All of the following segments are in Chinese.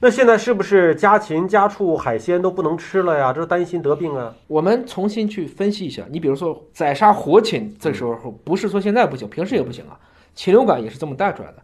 那现在是不是家禽、家畜、海鲜都不能吃了呀？这担心得病啊？我们重新去分析一下，你比如说宰杀活禽，这时候不是说现在不行，平时也不行啊，禽流感也是这么带出来的。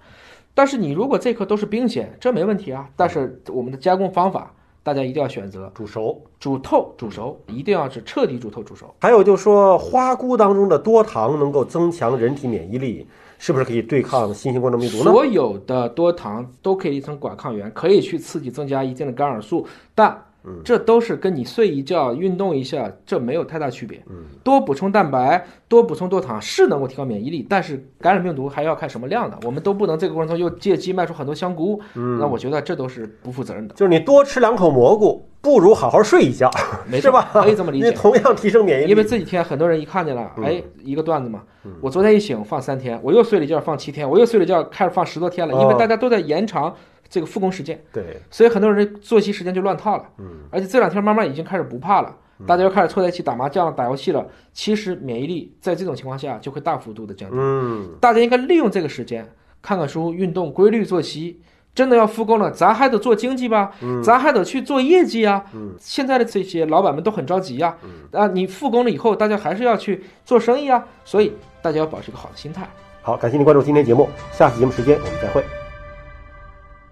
但是你如果这颗都是冰鲜，这没问题啊。但是我们的加工方法，大家一定要选择煮熟。煮透、煮熟，一定要是彻底煮透、煮熟。还有就是说，花菇当中的多糖能够增强人体免疫力，是不是可以对抗新型冠状病毒呢？所有的多糖都可以成管抗原，可以去刺激增加一定的干扰素，但这都是跟你睡一觉、运动一下，这没有太大区别。多补充蛋白，多补充多糖是能够提高免疫力，但是感染病毒还要看什么量的，我们都不能这个过程中又借机卖出很多香菇，那我觉得这都是不负责任的，就是你多吃两口蘑菇，不如好好睡一觉，没是错吧？可以这么理解你同样提升免疫力。因为这几天很多人一看见了，哎，一个段子嘛，我昨天一醒放三天，我又睡了一觉放七天，我又睡了一觉开始放十多天了，因为大家都在延长这个复工时间，对，所以很多人的作息时间就乱套了。嗯，而且这两天慢慢已经开始不怕了，大家又开始凑在一起打麻将、打游戏了。其实免疫力在这种情况下就会大幅度的降低。嗯，大家应该利用这个时间，看看书、运动、规律作息。真的要复工了，咱还得做经济吧，咱还得去做业绩呀、现在的这些老板们都很着急呀、啊。你复工了以后，大家还是要去做生意啊，所以大家要保持一个好的心态。好，感谢您关注今天节目，下期节目时间我们再会。